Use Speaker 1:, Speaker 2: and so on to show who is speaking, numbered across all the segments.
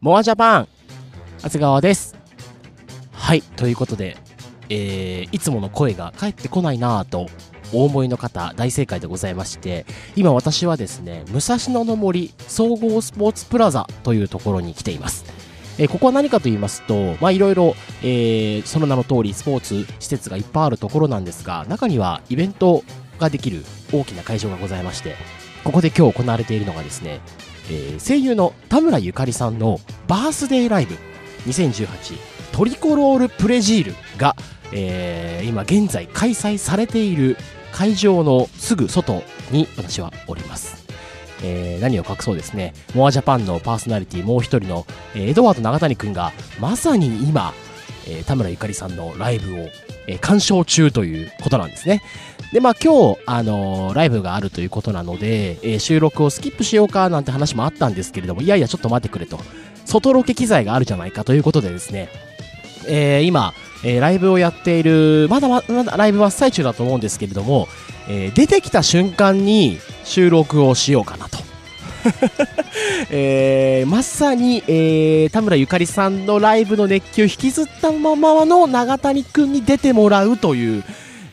Speaker 1: モアジャパン長谷川ですはいということで、えーいつもの声が返ってこないなぁとお思いの方大正解でございまして今私はですね武蔵野の森総合スポーツプラザというところに来ていますえーここは何かと言いますと、まあ、いろいろ、えーその名の通りスポーツ施設がいっぱいあるところなんですが中にはイベントができる大きな会場がございましてここで今日行われているのがですね、えー声優の田村ゆかりさんのバースデーライブ2018トリコロールプレジールが、えー今現在開催されている会場のすぐ外に私はおります、えー何を隠そうですねモアジャパンのパーソナリティもう一人の、えーエドワード永谷くんがまさに今、えー田村ゆかりさんのライブを、えー鑑賞中ということなんですねでまあ今日、あのーライブがあるということなので、えー収録をスキップしようかなんて話もあったんですけれどもいやいやちょっと待ってくれと外ロケ機材があるじゃないかということでですね、えー今、えーライブをやっているまだままだライブ真っ最中だと思うんですけれども、えー出てきた瞬間に収録をしようかなと。 えーまさに、えー田村ゆかりさんのライブの熱気を引きずったままの永谷くんに出てもらうという、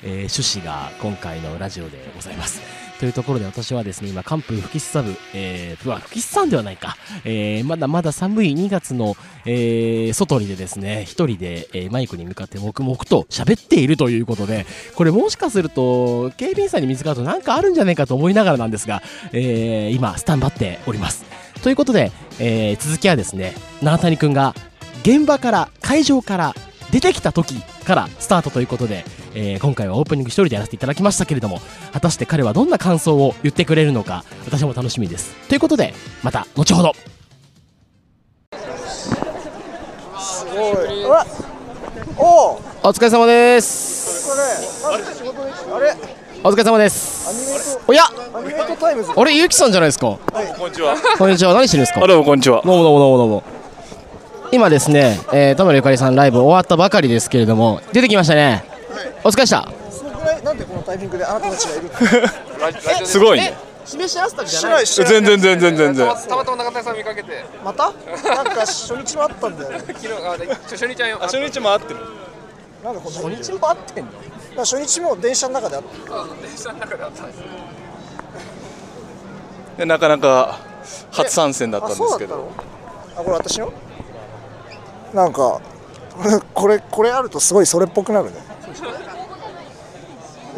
Speaker 1: えー趣旨が今回のラジオでございます。というところで私はですね、今、寒風吹きすさぶ、えー、うわ、吹きすさんではないか、えー、まだまだ寒い2月の、えー、外にでですね、一人で、えーマイクに向かって黙々と喋っているということで、これもしかすると、警備員さんに見つかるとなんかあるんじゃないかと思いながらなんですが、えー、今、スタンバっております。ということで、えー続きはですね、長谷くんが現場から、会場から、出てきた時からスタートということで、えー今回はオープニング一人でやらせていただきましたけれども果たして彼はどんな感想を言ってくれるのか私も楽しみですということでまた後ほど
Speaker 2: うわおお
Speaker 1: お疲れ様です
Speaker 2: これなんか仕事できたあれ
Speaker 1: お疲れ様で
Speaker 2: アニ
Speaker 1: す
Speaker 2: メート
Speaker 1: おや
Speaker 2: アニメートタイムズ
Speaker 1: あれゆうきさんじゃないですか
Speaker 3: こんにちは。
Speaker 1: こんにちは何してるんですか
Speaker 3: あ、
Speaker 1: ど
Speaker 3: どうもこんにちは
Speaker 1: う。もどうもどうもどうも今ですね、えー、田村ゆかりさんライブ終わったばかりですけれども出てきましたねお疲れでした
Speaker 2: そのぐらいなんでこのタイミングであなたたちがいるの
Speaker 3: すごいね。
Speaker 1: 示し合わせたんじゃ
Speaker 2: 知らない知らない
Speaker 3: 全然全然全然。
Speaker 4: たまたま中谷さん見かけて、
Speaker 2: またなんか初日もあったんだよね
Speaker 4: 昨日、あ、で初初日ちゃんよ。あ
Speaker 3: 初日も合ってる。
Speaker 2: なんでこんな初日もあってんの初日も電車の中であった
Speaker 4: 電車の中であったんです。
Speaker 3: でなかなか初参戦だったん
Speaker 2: あ
Speaker 3: で
Speaker 2: そうだ
Speaker 3: す
Speaker 2: っ
Speaker 3: け
Speaker 2: た
Speaker 3: ど。
Speaker 2: のあこれ私のなんか これこれこれあるとすごいそれっぽくなるね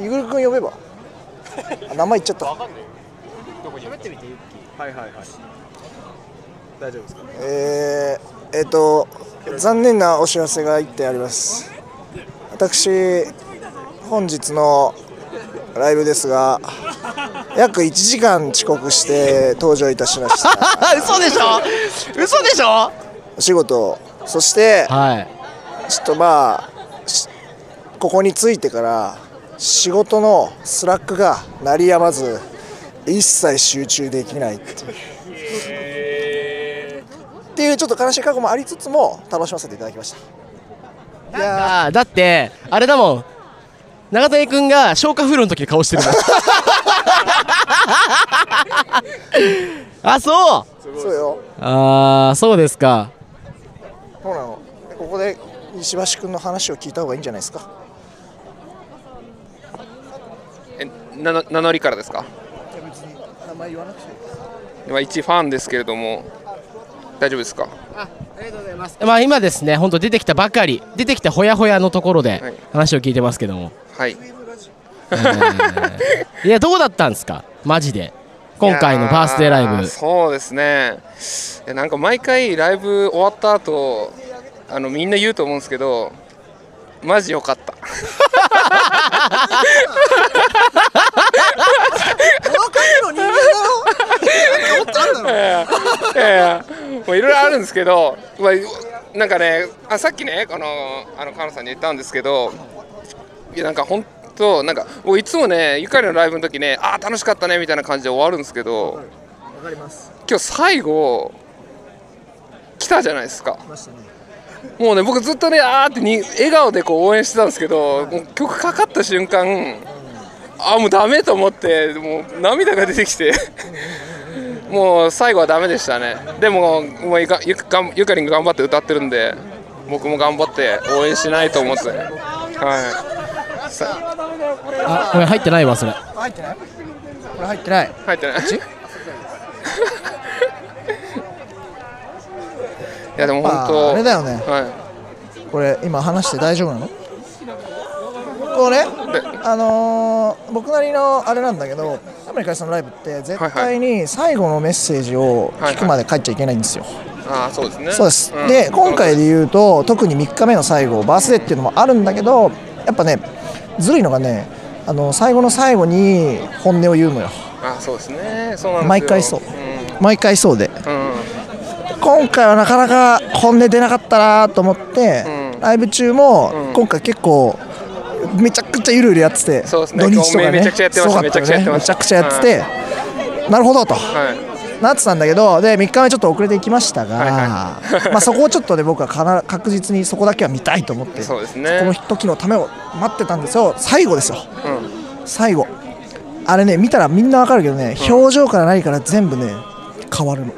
Speaker 2: イグル君呼べばあ名前言っちゃった
Speaker 5: はいはいはい。大丈夫ですか。
Speaker 2: えー、えっと残念なお知らせが1点あります私本日のライブですが約1時間遅刻して登場いたしました
Speaker 1: 嘘でしょ嘘でしょ
Speaker 2: お仕事をそして
Speaker 1: はい
Speaker 2: ちょっとまあしここに着いてから仕事のスラックが鳴りやまず一切集中できないっていうっていうちょっと悲しい過去もありつつも楽しませていただきました
Speaker 1: いやーだってあれだもん永谷くんが消化不良の時の顔してるもんあそう
Speaker 2: そうよ
Speaker 1: あーそうですか
Speaker 2: そうなのここで石橋君の話を聞いた方がいいんじゃないですか
Speaker 4: え、なの名乗りからですか。
Speaker 2: いや別に名前言わなくて
Speaker 4: まあ一ファンですけれども、大丈夫ですか。
Speaker 1: まあ今ですね本当出てきたばかり出てきたほやほやのところで
Speaker 4: はい
Speaker 1: 話を聞いてますけども、
Speaker 4: はい。
Speaker 1: いやどうだったんですかマジで今回のバースデーライ
Speaker 4: いや
Speaker 1: ブ
Speaker 4: そうですね。いやなんか毎回ライブ終わった後、あのみんな言うと思うんですけど、マジ良かった。
Speaker 2: の人間だろなんかおったんだろ
Speaker 4: いやいやもういろいろあるんですけど、まあ、なんかねあさっきねこのあのカノさんに言ったんですけどいやなんか本当なんかもういつもねゆかりのライブの時ねあー楽しかったねみたいな感じで終わるんですけど
Speaker 2: わかります
Speaker 4: 今日最後来たじゃないですか
Speaker 2: 来ましたね
Speaker 4: もうね僕ずっとねあーってに笑顔でこう応援してたんですけどもう曲かかった瞬間あーもうダメと思ってもう涙が出てきてもう最後はダメでしたねでももうゆかゆかがんゆかりんが頑張って歌ってるんで僕も頑張って応援しないと思ってはいさ
Speaker 1: あごめん入ってないわそれ
Speaker 2: 入ってないこれ入ってない
Speaker 4: 入ってない いやでも本
Speaker 2: まあ
Speaker 4: 当
Speaker 2: あれだよね
Speaker 4: は
Speaker 2: これ今話して大丈夫なのこうねあのー僕なりのあれなんだけどタモリカリさんのライブって絶対に最後のメッセージを聞くまで帰っちゃいけないんですよ、
Speaker 4: いああそうですね
Speaker 2: そうです、
Speaker 4: ん
Speaker 2: で今回で言うと特に3日目の最後バースデーっていうのもあるんだけどやっぱねずるいのがねあの最後の最後に本音を言うのよ
Speaker 4: あそうですねそうなんですよ
Speaker 2: 毎回そう
Speaker 4: う
Speaker 2: 毎回そうで
Speaker 4: ん、うん
Speaker 2: 今回はなかなか本音出なかったなと思って、
Speaker 4: うん
Speaker 2: ライブ中も
Speaker 4: うん
Speaker 2: 今回結構めちゃくちゃゆるゆるやってて、
Speaker 4: そうですね
Speaker 2: 土日とかね
Speaker 4: めちゃくちゃやってました
Speaker 2: すごかよね
Speaker 4: め
Speaker 2: め
Speaker 4: ち
Speaker 2: ち
Speaker 4: ゃ
Speaker 2: ゃ
Speaker 4: く
Speaker 2: く
Speaker 4: ち
Speaker 2: ち
Speaker 4: ゃ
Speaker 2: ゃ
Speaker 4: や
Speaker 2: や
Speaker 4: っ
Speaker 2: ってて、
Speaker 4: まして
Speaker 2: なるほどと、
Speaker 4: はい
Speaker 2: なってたんだけどで3日目ちょっと遅れていきましたが、
Speaker 4: はいは
Speaker 2: まあそこをちょっとね僕はかな確実にそこだけは見たいと思って
Speaker 4: そうです
Speaker 2: この
Speaker 4: ね
Speaker 2: 時のためを待ってたんですよ最後ですよ
Speaker 4: うん
Speaker 2: 最後あれね見たらみんなわかるけどね、表情から何から全部ね変わる の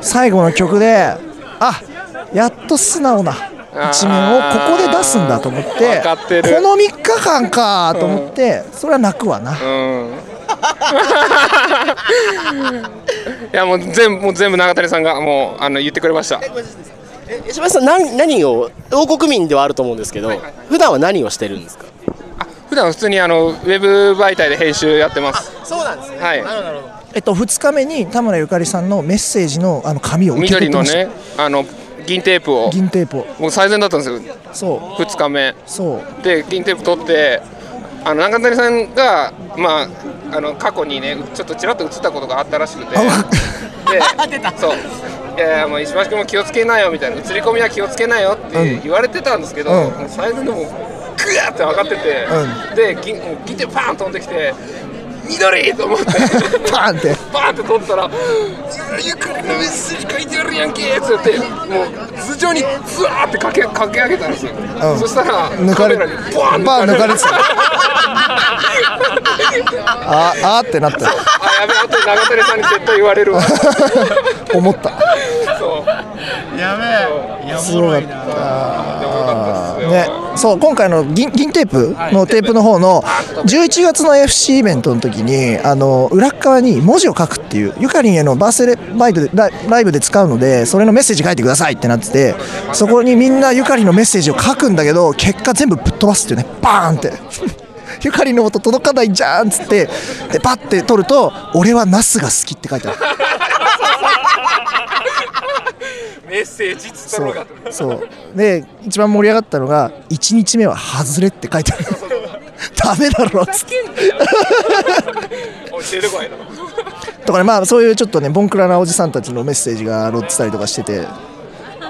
Speaker 2: 最後の曲であやっと素直な一面をここで出すんだと思っ
Speaker 4: わ
Speaker 2: て
Speaker 4: かってる
Speaker 2: この3日間かと思って、それは泣くわな、
Speaker 4: うん いやもう全部もう全部永谷さんがもうあの言ってくれました
Speaker 6: え石橋さん何何を王国民ではあると思うんですけど、普段は何をしてるんですか
Speaker 4: 普段普通にあのウェブ媒体で編集やってます
Speaker 6: そうなんですね
Speaker 4: はい
Speaker 2: えっと、2日目に田村ゆかりさんのメッセージのあの紙を受け取
Speaker 4: 緑
Speaker 2: ってま
Speaker 4: の
Speaker 2: した、
Speaker 4: ねあの銀テープを
Speaker 2: 銀テープを
Speaker 4: もう最善だったんですよ
Speaker 2: そう
Speaker 4: 2日目
Speaker 2: そう
Speaker 4: で銀テープ取ってあの中谷さんがまああの過去にねちょっとちらっと映ったことがあったらしくてで そういやいやもう石橋君も気をつけなよみたいな映り込みは気をつけなよって言われてたんですけど、
Speaker 2: うん
Speaker 4: もう最後でもうグヤって上がってて、で銀もう銀テープパーン飛んできて緑と思って
Speaker 2: パーンって
Speaker 4: バーンって取ったら「ゆっくりのメッセージ書いてやるやんけ」っつってもう頭上にズワーってかけかけ上げたんですよ、
Speaker 2: ん
Speaker 4: そしたら
Speaker 2: 抜かれ
Speaker 4: カメラにバーン
Speaker 2: バーン抜かれてたああーってなった
Speaker 4: あやべあとで長谷さんに絶対言われるわ
Speaker 2: 思った
Speaker 4: そう
Speaker 2: すごかった
Speaker 4: でもよかったですよ、
Speaker 2: ね、そう今回の銀銀テープのテープの方の11月の FC イベントの時にあの裏側に文字を書くっていうゆかりんへのバースデーライブでラライブで使うのでそれのメッセージ書いてくださいってなっててそこにみんなゆかりんのメッセージを書くんだけど結果全部ぶっ飛ばすっていうねバーンって ゆかりんの音届かないじゃんっつってでパッて取ると「俺はナスが好き」って書いてある
Speaker 4: メッセージつと
Speaker 2: そ
Speaker 4: ろ
Speaker 2: う
Speaker 4: が
Speaker 2: そうで一番盛り上がったのが「1日目は外れ」って書いてあ るダメだろっつって
Speaker 4: 教えてこい
Speaker 2: とかねまあそういうちょっとねボンクラなおじさんたちのメッセージが載ってたりとかしてて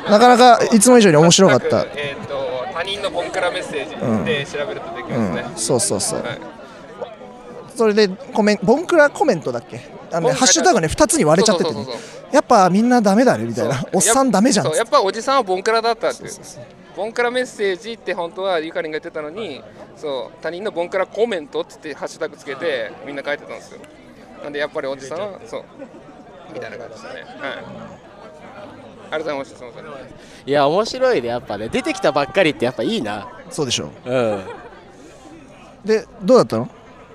Speaker 2: なかなかいつも以上に面白かった、
Speaker 4: えっ、と他人のボンクラメッセージで調べるとでき
Speaker 2: う
Speaker 4: ますね、
Speaker 2: ん、そうそうそう、
Speaker 4: はい
Speaker 2: それでコメンボンクラコメントだっけあの、ね、
Speaker 4: ボンクラ
Speaker 2: ハッシュタグね2つに割れちゃってて、
Speaker 4: そう
Speaker 2: ね
Speaker 4: そうそう、
Speaker 2: やっぱみんなダメだねみたいなおっさんダメじゃん
Speaker 4: そう
Speaker 2: つ
Speaker 4: や
Speaker 2: っ
Speaker 4: ってぱおじさんはボンクラだったっていうボンクラメッセージって本当はゆかりんが言ってたのにそう他人のボンクラコメントって言ってハッシュタグつけてみんな書いてたんですよなんでやっぱりおじさんはそうみたいな感じでしたねはいありがとうございましたすみません
Speaker 6: いや面白いねやっぱね出てきたばっかりってやっぱいいな
Speaker 2: そうでしょ
Speaker 6: うん
Speaker 2: でどうだったの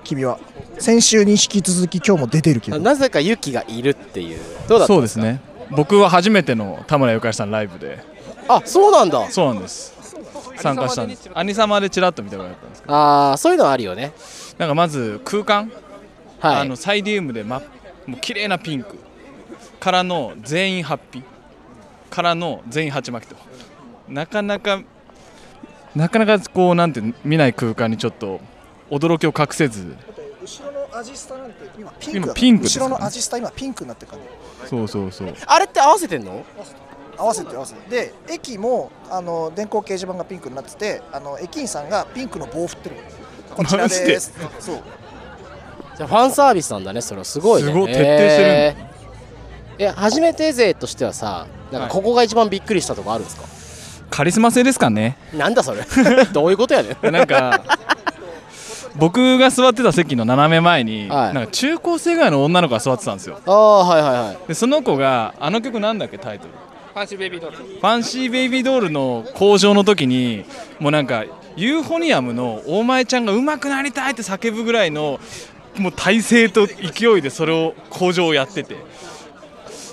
Speaker 2: 君は先週に引き続き今日も出てるけど
Speaker 6: なぜかユキがいるっていうどうだった
Speaker 7: そうですね僕は初めての田村ゆかりさんライブで
Speaker 6: あそうなんだ
Speaker 7: そうなんです参加したんです兄様でチラッと見たことがあったんですけ
Speaker 6: ああそういうのはあるよね
Speaker 7: どなんかまず空間、
Speaker 6: は
Speaker 7: あ
Speaker 6: い
Speaker 7: のサイディウムで、ま、もう綺麗なピンクからの全員ハッピーからの全員鉢巻きとなかなかなかなかこうなんて見ない空間にちょっと驚きを隠せず
Speaker 2: 後ろのアジスタなんて今ピ
Speaker 7: 今ピンクです
Speaker 2: 後
Speaker 7: から
Speaker 2: ろ
Speaker 7: ね
Speaker 2: のアジスタ今ピンクになってるからね
Speaker 7: そうそうそう
Speaker 6: あれって合わせてんの
Speaker 2: 合わせて合わせてで駅もあの電光掲示板がピンクになっててあの駅員さんがピンクの棒を振ってるこちらですそう
Speaker 6: じゃあファンサービスなんだねそれはすごいね
Speaker 7: すごい徹底して
Speaker 6: るえーえ初めて勢としてはさなんかここが一番びっくりしたとこあるんですか、
Speaker 7: カリスマ性ですかね
Speaker 6: なんだそれどういうことやねん
Speaker 7: なんか僕が座ってた席の斜め前に、
Speaker 6: はい
Speaker 7: なんか中高生ぐらいの女の子が座ってたんですよ
Speaker 6: ああはいはいはい
Speaker 7: でその子があの曲なんだっけタイトル
Speaker 4: ファンシーベイビードール
Speaker 7: ファンシーベイビードールの工場の時にもうなんかユーフォニアムの大前ちゃんが上手くなりたいって叫ぶぐらいのもう体勢と勢いでそれを工場をやってて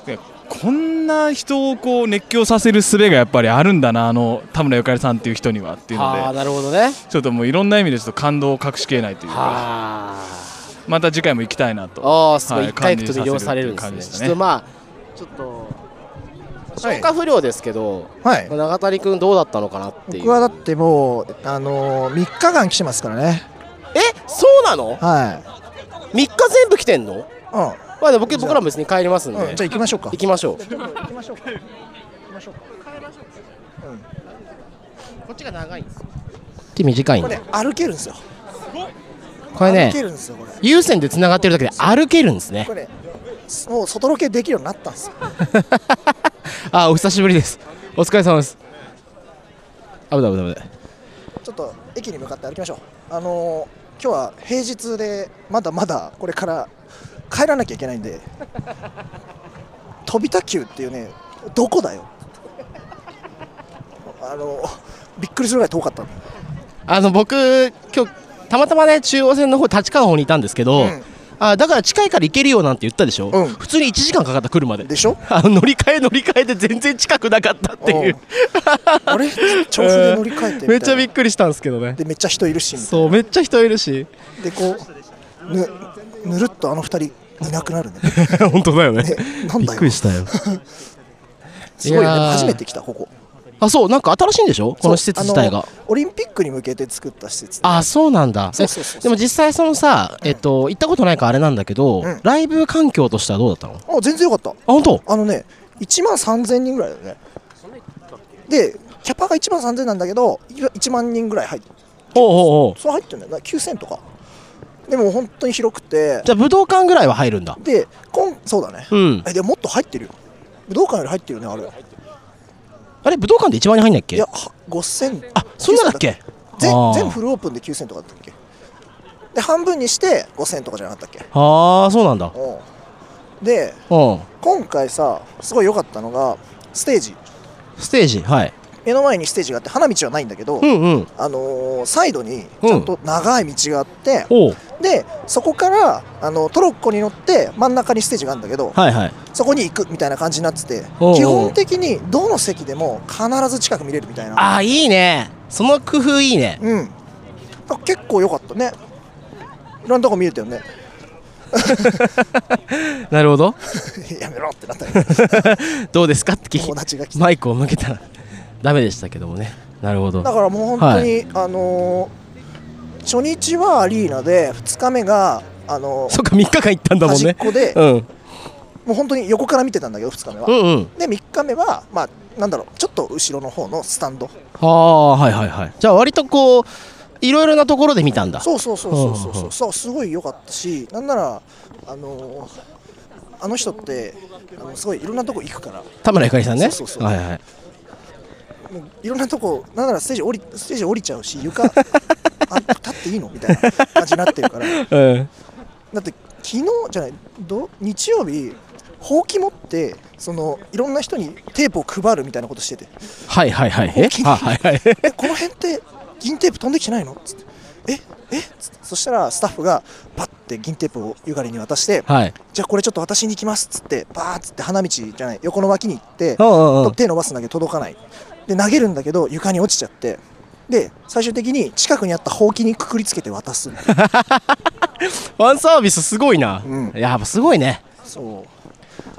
Speaker 7: でこんな人をこう熱狂させる術がやっぱりあるんだなあの田村ゆかりさんっていう人にはっていう
Speaker 6: ああ
Speaker 7: ので
Speaker 6: なるほどね
Speaker 7: ちょっともういろんな意味でちょっと感動を隠しきれないというか
Speaker 6: あ
Speaker 7: また次回も行きたいなと
Speaker 6: ああすごい
Speaker 7: はい
Speaker 6: 一回行くと魅了されるんです
Speaker 7: 感
Speaker 6: ね
Speaker 7: じさせるっていう感じ
Speaker 6: ち
Speaker 7: でした
Speaker 6: ょ
Speaker 7: ね
Speaker 6: っとまあちょっと消化不良ですけど、
Speaker 2: はい
Speaker 6: 永谷君どうだったのかなっていう
Speaker 2: 僕はだってもう、あのー、3日間来てますからね
Speaker 6: えそうなの
Speaker 2: は
Speaker 6: 3日全部来てんの
Speaker 2: い、う
Speaker 6: まあでも僕僕らも別に帰りますんで、
Speaker 2: んうんじゃあ行きましょうか
Speaker 6: 行きましょうこっちが長いんですよ
Speaker 1: 手短いん
Speaker 2: こ
Speaker 1: だ
Speaker 2: れ歩けるんですよ
Speaker 1: これ
Speaker 2: 歩け
Speaker 1: ね
Speaker 2: るんですよこれ
Speaker 1: 有線でつながってるだけで歩けるんですね
Speaker 2: これもう外ロケできるようになったんですよ
Speaker 1: あお久しぶりですお疲れ様です危ない危ない危ない
Speaker 2: ちょっと駅に向かって歩きましょうあのー、今日は平日でまだまだこれから帰らなきゃいけないんで飛び田急っていうねどこだよあのー、びっくりするぐらい遠かったの
Speaker 1: あの僕今日たまたまね中央線の方立川の方にいたんですけど、
Speaker 2: うん
Speaker 1: あだから近いから行けるよなんて言ったでしょ、
Speaker 2: うん
Speaker 1: 普通に1時間かかった来るまで
Speaker 2: でしょ
Speaker 1: あの乗り換え乗り換えで全然近くなかったっていう
Speaker 2: あれ調布で乗り換えてみたいな
Speaker 1: めっちゃびっくりしたんですけどね
Speaker 2: でめっちゃ人いるし
Speaker 1: そうめっちゃ人いる し
Speaker 2: でこうぬぬるっとあの二人いなくな るね
Speaker 1: 本当だよね
Speaker 2: えな ん
Speaker 1: びっ
Speaker 2: だよ
Speaker 1: くりしたよ
Speaker 2: すごいね
Speaker 1: いやー
Speaker 2: 初めて来たここ
Speaker 1: あそうなんか新しいんでしょこの施設
Speaker 2: そう
Speaker 1: 自体
Speaker 2: あ
Speaker 1: が
Speaker 2: のオリンピックに向けて作った施設
Speaker 1: あそうなんだ
Speaker 2: そうそうそう
Speaker 1: えでも実際そのさ、えっと、行ったことないからあれなんだけど、
Speaker 2: うん
Speaker 1: ライブ環境としてはどうだったのあ
Speaker 2: あ全然よかっ
Speaker 1: 本当
Speaker 2: たあのね1万3000人ぐらいだよねでキャパが1万3000なんだけどいわ1万人ぐらい入って
Speaker 1: おうおうおう
Speaker 2: そう入ってるんだよな9000とかでも本当に広くて
Speaker 1: じゃあ武道館ぐらいは入るんだ
Speaker 2: でこんそうだね
Speaker 1: うん
Speaker 2: えでももっと入ってるよ武道館より入ってるよねあれ
Speaker 1: あれ武道館で一番に入んないっけ
Speaker 2: いやは5000
Speaker 1: あそんなだっけ
Speaker 2: ぜ
Speaker 1: あー
Speaker 2: 全部フルオープンで9000とかだったっけで半分にして5000とかじゃなかったっけ
Speaker 1: ああそうなんだ
Speaker 2: おうで
Speaker 1: うん
Speaker 2: 今回さすごい良かったのがステージ
Speaker 1: ステージはい
Speaker 2: 目の前にステージがあって花道はないんだけ
Speaker 1: う
Speaker 2: ど、
Speaker 1: んうん
Speaker 2: あのーサイドにちゃんと長い道があって、
Speaker 1: おう
Speaker 2: でそこからあのトロッコに乗って真ん中にステージがあるんだけど、
Speaker 1: はいはい
Speaker 2: そこに行くみたいな感じになってて
Speaker 1: おうおう
Speaker 2: 基本的にどの席でも必ず近く見れるみたいな
Speaker 1: ああいいねその工夫いいね
Speaker 2: うんあ結構良かったねいろんなとこ見れたよね
Speaker 1: なるほど
Speaker 2: やめろってなっ たよね
Speaker 1: どうですかって聞
Speaker 2: 友
Speaker 1: き
Speaker 2: 達が来て
Speaker 1: マイクを向けたらダメでしたけどもねなるほど
Speaker 2: だからもう本当に、あのー初日はアリーナで2日目があのー
Speaker 1: そっか3日間行ったんだもん
Speaker 2: 端っ
Speaker 1: ね
Speaker 2: こで、
Speaker 1: うん
Speaker 2: もう本当に横から見てたんだけど2日目は、
Speaker 1: うんうん
Speaker 2: で3日目はまあなんだろうちょっと後ろの方のスタンド
Speaker 1: ああはいはいはいじゃあ割とこういろいろなところで見たんだ
Speaker 2: そうそうそうそうそう
Speaker 1: うんうん
Speaker 2: そううすごい良かったしなんならあのーあの人ってあのすごいいろんなとこ行くから
Speaker 1: 田村ゆかりさんね
Speaker 2: そうそうそう
Speaker 1: はいはい
Speaker 2: もういろんなとこなんならステージ降りステージ降りちゃうし 床あ立っていいのみたいな感じになってるから
Speaker 1: うん
Speaker 2: だって昨日じゃないど日曜日ほうき持ってそのいろんな人にテープを配るみたいなことしてて
Speaker 1: はいはいはいえあはいはい
Speaker 2: えこの辺って銀テープ飛んできてないのっつってええっつってそしたらスタッフがパッて銀テープをゆかりに渡して
Speaker 1: はい
Speaker 2: じゃあこれちょっと私に行きますっつってバーっつって花道じゃない横の脇に行って
Speaker 1: うんうんうん
Speaker 2: 手伸ばすんだけど届かないで投げるんだけど床に落ちちゃってで最終的に近くにあったほうきにくくりつけて 渡す
Speaker 1: ワンサービスすごいな、
Speaker 2: うん
Speaker 1: やっぱすごいね
Speaker 2: そ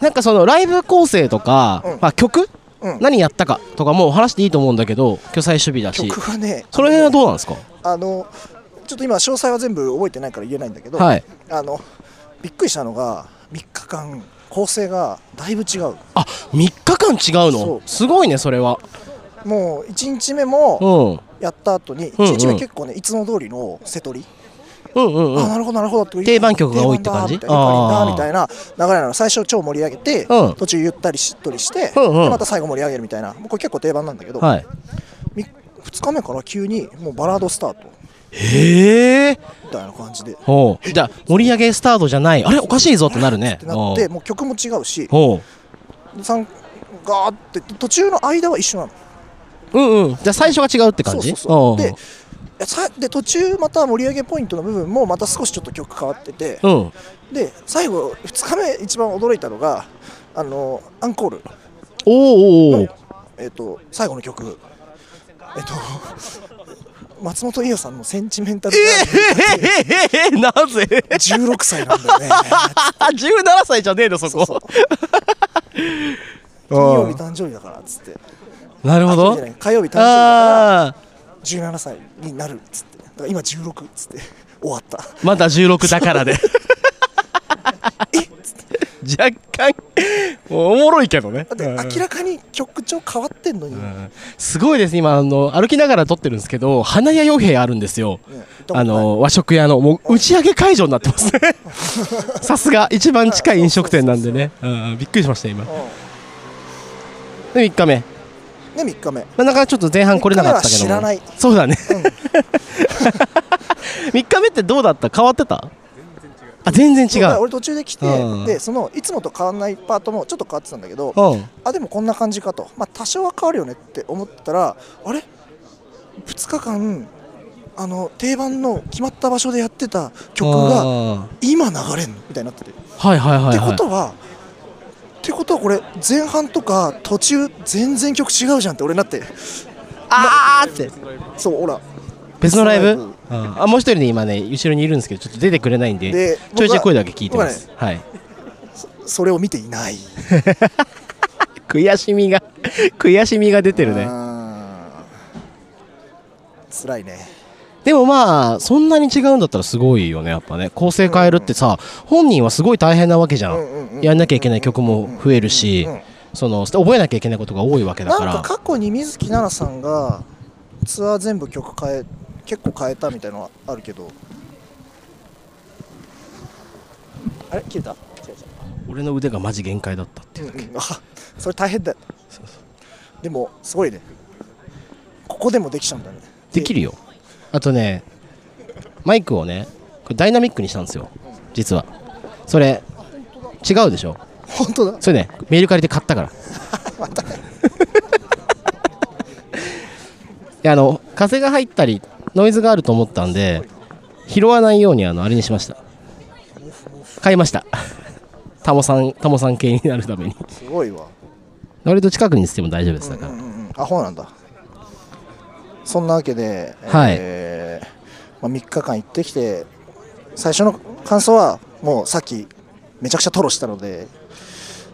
Speaker 1: なんかそのライブ構成とか、
Speaker 2: うん
Speaker 1: まあ、曲、
Speaker 2: うん
Speaker 1: 何やったかとかもう話していいと思うんだけど今日最終日だ
Speaker 2: う
Speaker 1: し
Speaker 2: 曲はね
Speaker 1: その辺はどうなんですか
Speaker 2: あのちょっと今詳細は全部覚えてないから言えないんだけど、
Speaker 1: はい
Speaker 2: あのびっくりしたのが3日間構成がだいぶ違う
Speaker 1: あ3日間違う
Speaker 2: そ
Speaker 1: の
Speaker 2: う
Speaker 1: すごいねそれは
Speaker 2: もう1日目
Speaker 1: うん
Speaker 2: もやった後に
Speaker 1: うんうん
Speaker 2: 1日目結構ねいつも通りの瀬取り、
Speaker 1: うんうんう
Speaker 2: あ
Speaker 1: ん
Speaker 2: なるほどなるほどって
Speaker 1: 定番曲が多いって感じ
Speaker 2: 定番だ
Speaker 1: あー
Speaker 2: みたいな流れなの最初超盛り上げて、
Speaker 1: うん
Speaker 2: 途中ゆったりしっとりして、
Speaker 1: うんうん
Speaker 2: でまた最後盛り上げるみたいなもうこれ結構定番なんだけど、
Speaker 1: はい
Speaker 2: 2日目から急にもうバラードスタート
Speaker 1: へえ
Speaker 2: みたいな感じでっ
Speaker 1: ほうじゃあ盛り上げスタートじゃないあれおかしいぞってなるね
Speaker 2: てなってもう曲も違うし
Speaker 1: ほ
Speaker 2: さんガーって途中の間は一緒なの
Speaker 1: ううんうんじゃあ最初が違うって感じ
Speaker 2: そうそうそう
Speaker 1: う
Speaker 2: でさで途中また盛り上げポイントの部分もまた少しちょっと曲変わってて
Speaker 1: んうん
Speaker 2: で最後2日目一番驚いたのがあのアンコール
Speaker 1: おーおーおー
Speaker 2: えっ、と最後の曲えっ、と 松本伊代さんの「センチメンタル・
Speaker 1: えー、なぜ
Speaker 2: ガール」16歳なんだよ ね
Speaker 1: 17歳じゃねえのそこ
Speaker 2: 金曜日誕生日だからっつって
Speaker 1: なるほ
Speaker 2: あ金
Speaker 1: ど
Speaker 2: 曜日じゃない火曜日誕生日だから
Speaker 1: ああ
Speaker 2: 17歳になるっつってだから今16っつって終わった
Speaker 1: まだ16だ からで若干おもろいけどね
Speaker 2: だって明らかに曲調変わってんのに、
Speaker 1: すごいですね今あの歩きながら撮ってるんですけど花屋傭兵あるんですよ、
Speaker 2: ね
Speaker 1: あの和食屋のもう打ち上げ会場になって ますねさすが一番近い飲食店なんでねうんびっくりしました今で3日目
Speaker 2: で3日目
Speaker 1: まあ、なかなかちょっと前半来れなかったけども
Speaker 2: 三日目は知らない
Speaker 1: そうだね、三3日目ってどうだった変わってたあ全然違
Speaker 2: だから
Speaker 1: う
Speaker 2: 俺途中で来て、
Speaker 1: うん
Speaker 2: でそのいつもと変わらないパートもちょっと変わってたんだけど、
Speaker 1: うん
Speaker 2: あでもこんな感じかと、まあ、多少は変わるよねって思ったらあれ2日間あの定番の決まった場所でやってた曲
Speaker 1: あ
Speaker 2: が
Speaker 1: ー
Speaker 2: 今流れんのみたいになってて、
Speaker 1: はいはいはい、
Speaker 2: ってこと
Speaker 1: は
Speaker 2: はってことはこれ前半とか途中全然曲違うじゃんって俺なって
Speaker 1: あーって
Speaker 2: そうほら
Speaker 1: 別のライブ
Speaker 2: 別の
Speaker 1: うんあもう一人ね今ね後ろにいるんですけどちょっと出てくれないんで
Speaker 2: で
Speaker 1: ちょいちょい
Speaker 2: 僕
Speaker 1: 声
Speaker 2: は
Speaker 1: だけ聞いてます、はい
Speaker 2: それを見ていない
Speaker 1: 悔しみが悔しみが出てるね
Speaker 2: つらいね
Speaker 1: でもまあそんなに違うんだったらすごいよねやっぱね構成変えるってさ本人はすごい大変なわけじゃん,、
Speaker 2: うんうんうんうん
Speaker 1: やんなきゃいけない曲も増えるし、
Speaker 2: うんうん
Speaker 1: その覚えなきゃいけないことが多いわけだ
Speaker 2: な
Speaker 1: か
Speaker 2: ん
Speaker 1: ら
Speaker 2: か過去に水木奈々さんがツアー全部曲変え結構変えたみたいなのはあるけどあれ切れた違う違う
Speaker 1: 俺の腕がマジ限界だったっていうだけ、
Speaker 2: うんうんあそれ大変だよでもすごいねここでもできちゃうんだね
Speaker 1: できるよあとねマイクをねこれダイナミックにしたんですよ実はそれ違うでしょ
Speaker 2: 本当だ
Speaker 1: それねメルカリで買ったから いやあの風が入ったりノイズがあると思ったんで拾わないようにあのあれにしました買いました タモさんタモさん系になるために
Speaker 2: すごいわ
Speaker 1: 割と近くにしても大丈夫ですだから、
Speaker 2: うんうんうんあほうなんだそんなわけで、
Speaker 1: はい
Speaker 2: えーまあ、3日間行ってきて最初の感想はもうさっきめちゃくちゃトロしたので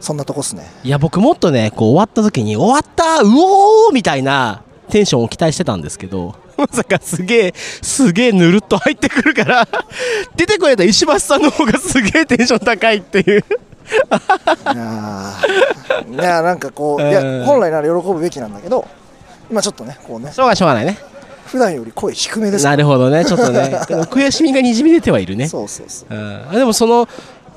Speaker 2: そんなとこっすね
Speaker 1: いや僕もっとねこう終わった時に終わったうおーみたいなテンションを期待してたんですけど まさかすげえすげえぬるっと入ってくるから 出てくれた石橋さんの方がすげえテンション高いっていう
Speaker 2: いや ーいやなんかこう、い
Speaker 1: うん
Speaker 2: や本来なら喜ぶべきなんだけど今ちょっとねこうね
Speaker 1: しょうがしょうがないね
Speaker 2: 普段より声低めで す
Speaker 1: なるほどねちょっと ねこの悔しみがにじみ出てはいるね
Speaker 2: そうそうそう
Speaker 1: うんあでもその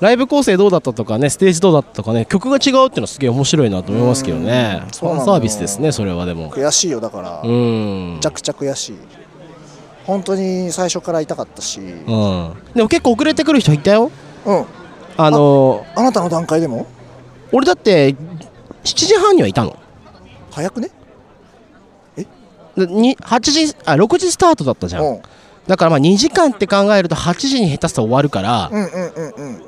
Speaker 1: ライブ構成どうだったとかねステージどうだったとかね曲が違うっていうのはすげえ面白いなと思いますけどね
Speaker 2: うん
Speaker 1: ファンサービスですねそれはでも
Speaker 2: 悔しいよだから、
Speaker 1: う
Speaker 2: め
Speaker 1: ん
Speaker 2: ちゃくちゃ悔しい本当に最初から痛かったし、
Speaker 1: うんでも結構遅れてくる人いたよ
Speaker 2: うん
Speaker 1: あの
Speaker 2: あなたの段階でも
Speaker 1: 俺だって7時半にはいたの
Speaker 2: 早くね
Speaker 1: でに8時あ6時スタートだったじゃん
Speaker 2: ん
Speaker 1: だからまあ2時間って考えると8時に下手したら終わるから
Speaker 2: うんうんうんうん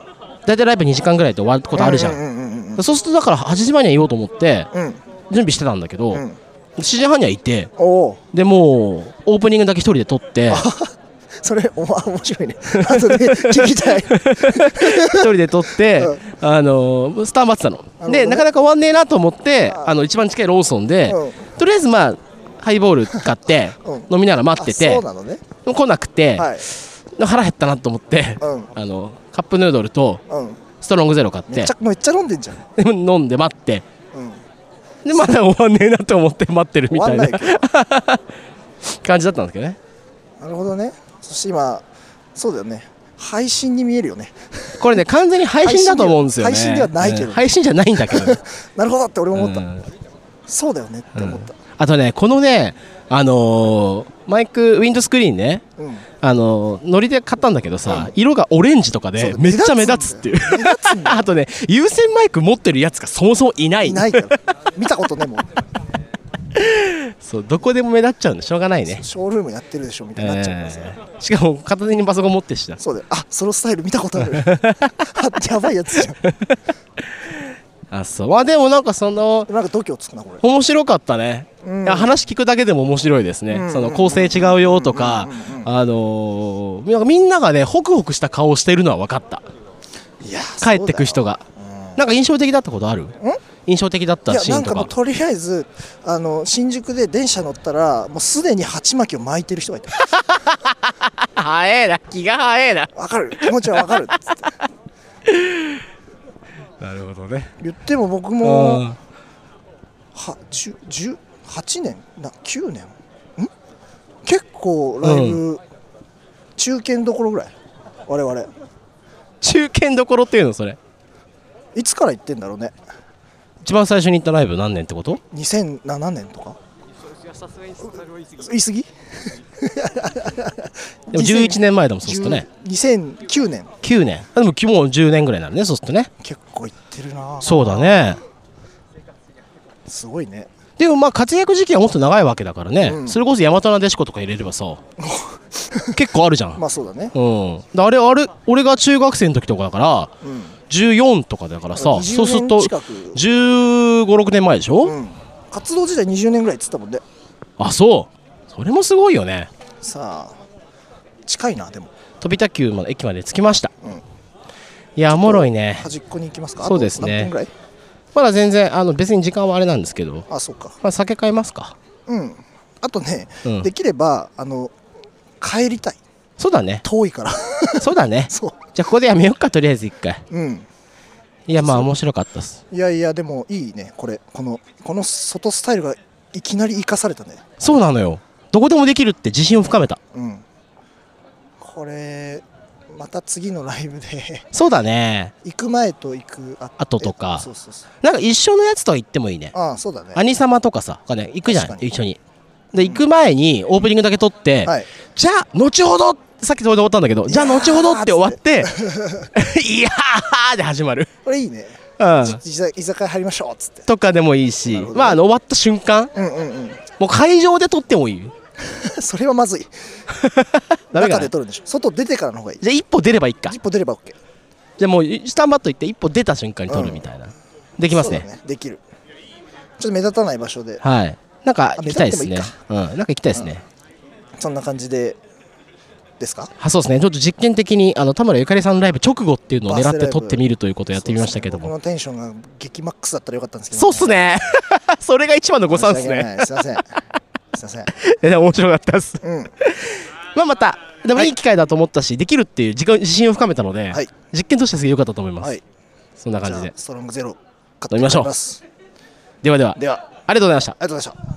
Speaker 1: 大体ライブ2時間ぐらいで終わることあるじゃ
Speaker 2: うんんうんうん
Speaker 1: そうするとだから8時前には言おうと思って
Speaker 2: うんうん
Speaker 1: 準備してたんだけど
Speaker 2: うん
Speaker 1: 7時半にはいて
Speaker 2: おお
Speaker 1: でもうオープニングだけ一人で撮って
Speaker 2: それお前面白いね後で聞 きたい
Speaker 1: 一人で撮って
Speaker 2: うん
Speaker 1: あのースター待ってたの
Speaker 2: ど
Speaker 1: で
Speaker 2: ね
Speaker 1: なかなか終わんねえなと思ってあの一番近いローソンで
Speaker 2: うん
Speaker 1: とりあえずまあハイボール買って
Speaker 2: うん
Speaker 1: 飲みながら待って
Speaker 2: あそ
Speaker 1: て
Speaker 2: うなのね
Speaker 1: 来なくて
Speaker 2: はい
Speaker 1: 腹減ったなと思って、
Speaker 2: うん
Speaker 1: あのカップヌードルと
Speaker 2: うん
Speaker 1: ストロングゼロ買っ
Speaker 2: め
Speaker 1: て
Speaker 2: っちゃめっちゃ飲んでんじゃん
Speaker 1: で 飲んで待って
Speaker 2: うん
Speaker 1: でまだ終わんねえなと思って待ってるみたいな
Speaker 2: 終わんない
Speaker 1: 感じだったんですけどね
Speaker 2: なるほどねそして今そうだよね配信に見えるよね
Speaker 1: これね完全に配信だと思うんですよね
Speaker 2: 配信では配信ではないけど
Speaker 1: うん配信じゃないんだけど、
Speaker 2: なるほどって俺も思った、
Speaker 1: うん
Speaker 2: そうだよねって思った、
Speaker 1: あとね、このね、あのーマイク、ウィンドスクリーンね、
Speaker 2: うん
Speaker 1: あのーノリで買ったんだけどさ、色がオレンジとか
Speaker 2: そう
Speaker 1: で
Speaker 2: だ
Speaker 1: めっちゃ目立つっていう。 あとね、有線マイク持ってるやつがそもそもいない。
Speaker 2: いないから見たことねもう
Speaker 1: そう、どこでも目立っちゃうんでしょうがないね。
Speaker 2: ショールームやってるでしょみたいになっちゃいますね、
Speaker 1: えーしかも片手にパソコン持ってした。
Speaker 2: そうだよあそのスタイル見たこと あるあやばいやつじゃん
Speaker 1: あ、そう。まあでもなんかその、
Speaker 2: なんか度胸つくなこれ
Speaker 1: 面白かったね、
Speaker 2: うん
Speaker 1: いや話聞くだけでも面白いですね、
Speaker 2: うん
Speaker 1: その構成違うよとか、あのーなんかみんながねホクホクした顔をしているのは分かった
Speaker 2: いや
Speaker 1: 帰ってく
Speaker 2: 人
Speaker 1: 人が、なんか印象的だったことある印象的だっ
Speaker 2: い
Speaker 1: た
Speaker 2: や
Speaker 1: シー
Speaker 2: な
Speaker 1: ン
Speaker 2: ん
Speaker 1: と
Speaker 2: か
Speaker 1: か
Speaker 2: もうとりあえずあの新宿で電車乗ったらもうすでに鉢巻きを巻いて る人がいた
Speaker 1: 早えな気が早えな
Speaker 2: わかる気持ちはわかるっつって
Speaker 1: なるほどね
Speaker 2: 言っても僕
Speaker 1: う
Speaker 2: も
Speaker 1: ん
Speaker 2: はじゅじゅ8年な9年ん結構ライブ、中堅どころぐらい我々
Speaker 1: 中堅どころっていうのそれ
Speaker 2: いつから行ってんだろうね
Speaker 1: 一番最初に行ったライブ何年ってこと
Speaker 2: 2007年とか言い過ぎ
Speaker 1: でも11年前だもんそうするとね
Speaker 2: 2009年
Speaker 1: 9年あでももう10年ぐらいになるねそうするとね
Speaker 2: 結構行ってるな
Speaker 1: そうだね
Speaker 2: すごいね
Speaker 1: でもまあ活躍時期はもっと長いわけだからね、
Speaker 2: ん
Speaker 1: それこそ大和なでしことか入れればさ結構あるじゃん、
Speaker 2: まあそうだね
Speaker 1: うんであれあれ俺が中学生の時とかだから、
Speaker 2: うん
Speaker 1: 14とかだからさ
Speaker 2: 20
Speaker 1: そうすると
Speaker 2: 年近く
Speaker 1: 1 5 6年前でしょ、
Speaker 2: うん活動時代20年ぐらいっつったもんね
Speaker 1: あそうそれもすごいよね
Speaker 2: さあ近いなでも
Speaker 1: 飛び球まで駅まで着きました、
Speaker 2: うん
Speaker 1: いやおもろいね
Speaker 2: 端っこに行きますか
Speaker 1: そうですね
Speaker 2: あと何分ぐらい
Speaker 1: まだ全然あの別に時間はあれなんですけど、
Speaker 2: あそうか
Speaker 1: まあ、酒買いますか
Speaker 2: うんあとね、
Speaker 1: うん
Speaker 2: できればあの帰りたい
Speaker 1: そうだね
Speaker 2: 遠いから
Speaker 1: そうだね
Speaker 2: そう
Speaker 1: じゃあここでやめよっかとりあえず一回
Speaker 2: うん
Speaker 1: いやまあ面白かったっす
Speaker 2: いやいやでもいいねこれこのこの外スタイルがいきなり生かされたね
Speaker 1: そうなのよどこでもできるって自信を深めた
Speaker 2: うんこれまた次のライブで
Speaker 1: そうだね
Speaker 2: 行く前と行くあ
Speaker 1: 後とか
Speaker 2: そうそうそう
Speaker 1: なんか一緒のやつとは行ってもいいね
Speaker 2: ああそうだね
Speaker 1: 兄様とかさがね行くじゃん
Speaker 2: 確かに
Speaker 1: 一緒にで行く前にオープニングだけ撮って、
Speaker 2: はい
Speaker 1: じゃあ後ほどさっきそれで終わったんだけどじゃあ後ほどって終わ って「いやー」で始まる、
Speaker 2: これいいね
Speaker 1: うん、
Speaker 2: 居酒居酒屋入りましょうっつって
Speaker 1: とかでもいいし、まああの終わった瞬間
Speaker 2: うんうんうん
Speaker 1: もう会場で撮ってもいい
Speaker 2: それはまずい
Speaker 1: ダメか
Speaker 2: 中
Speaker 1: な
Speaker 2: で
Speaker 1: じゃ
Speaker 2: 撮るんでしょ外出てからの方がいい
Speaker 1: あ一歩出ればいいか
Speaker 2: 一歩出れば OK
Speaker 1: じゃあもうスタンバッと行って一歩出た瞬間に撮るみたいな、で
Speaker 2: で
Speaker 1: きますね
Speaker 2: できるちょっと目立たない場所で
Speaker 1: はいなんか
Speaker 2: あ
Speaker 1: 行きたいですね
Speaker 2: 目立っ
Speaker 1: うんなんか行きたいですね、
Speaker 2: そんな感じでですか
Speaker 1: あそうですねちょっと実験的にあの田村ゆかりさんのライブ直後っていうのを狙
Speaker 2: バ
Speaker 1: っ
Speaker 2: スラ
Speaker 1: て
Speaker 2: イブ
Speaker 1: 撮ってみるということをやってみましたけど
Speaker 2: こ
Speaker 1: も
Speaker 2: のテンションが激マックスだったらよかったんですけど
Speaker 1: そうっすね それが一番の誤算っすね
Speaker 2: 申し訳ないすいませんすい ま
Speaker 1: いや面白かったっす
Speaker 2: せんうん
Speaker 1: まあまたでもいい機会だと思ったし、できるっていう自己自信を深めたので、
Speaker 2: はい
Speaker 1: 実験としてすげえ良かったと思います、
Speaker 2: はい
Speaker 1: そんな感じ
Speaker 2: じゃあ
Speaker 1: で
Speaker 2: ストロングゼロ買って
Speaker 1: 飲みましょう
Speaker 2: 帰りす
Speaker 1: ではでは
Speaker 2: ではあり
Speaker 1: ありがとうございました
Speaker 2: がとうございました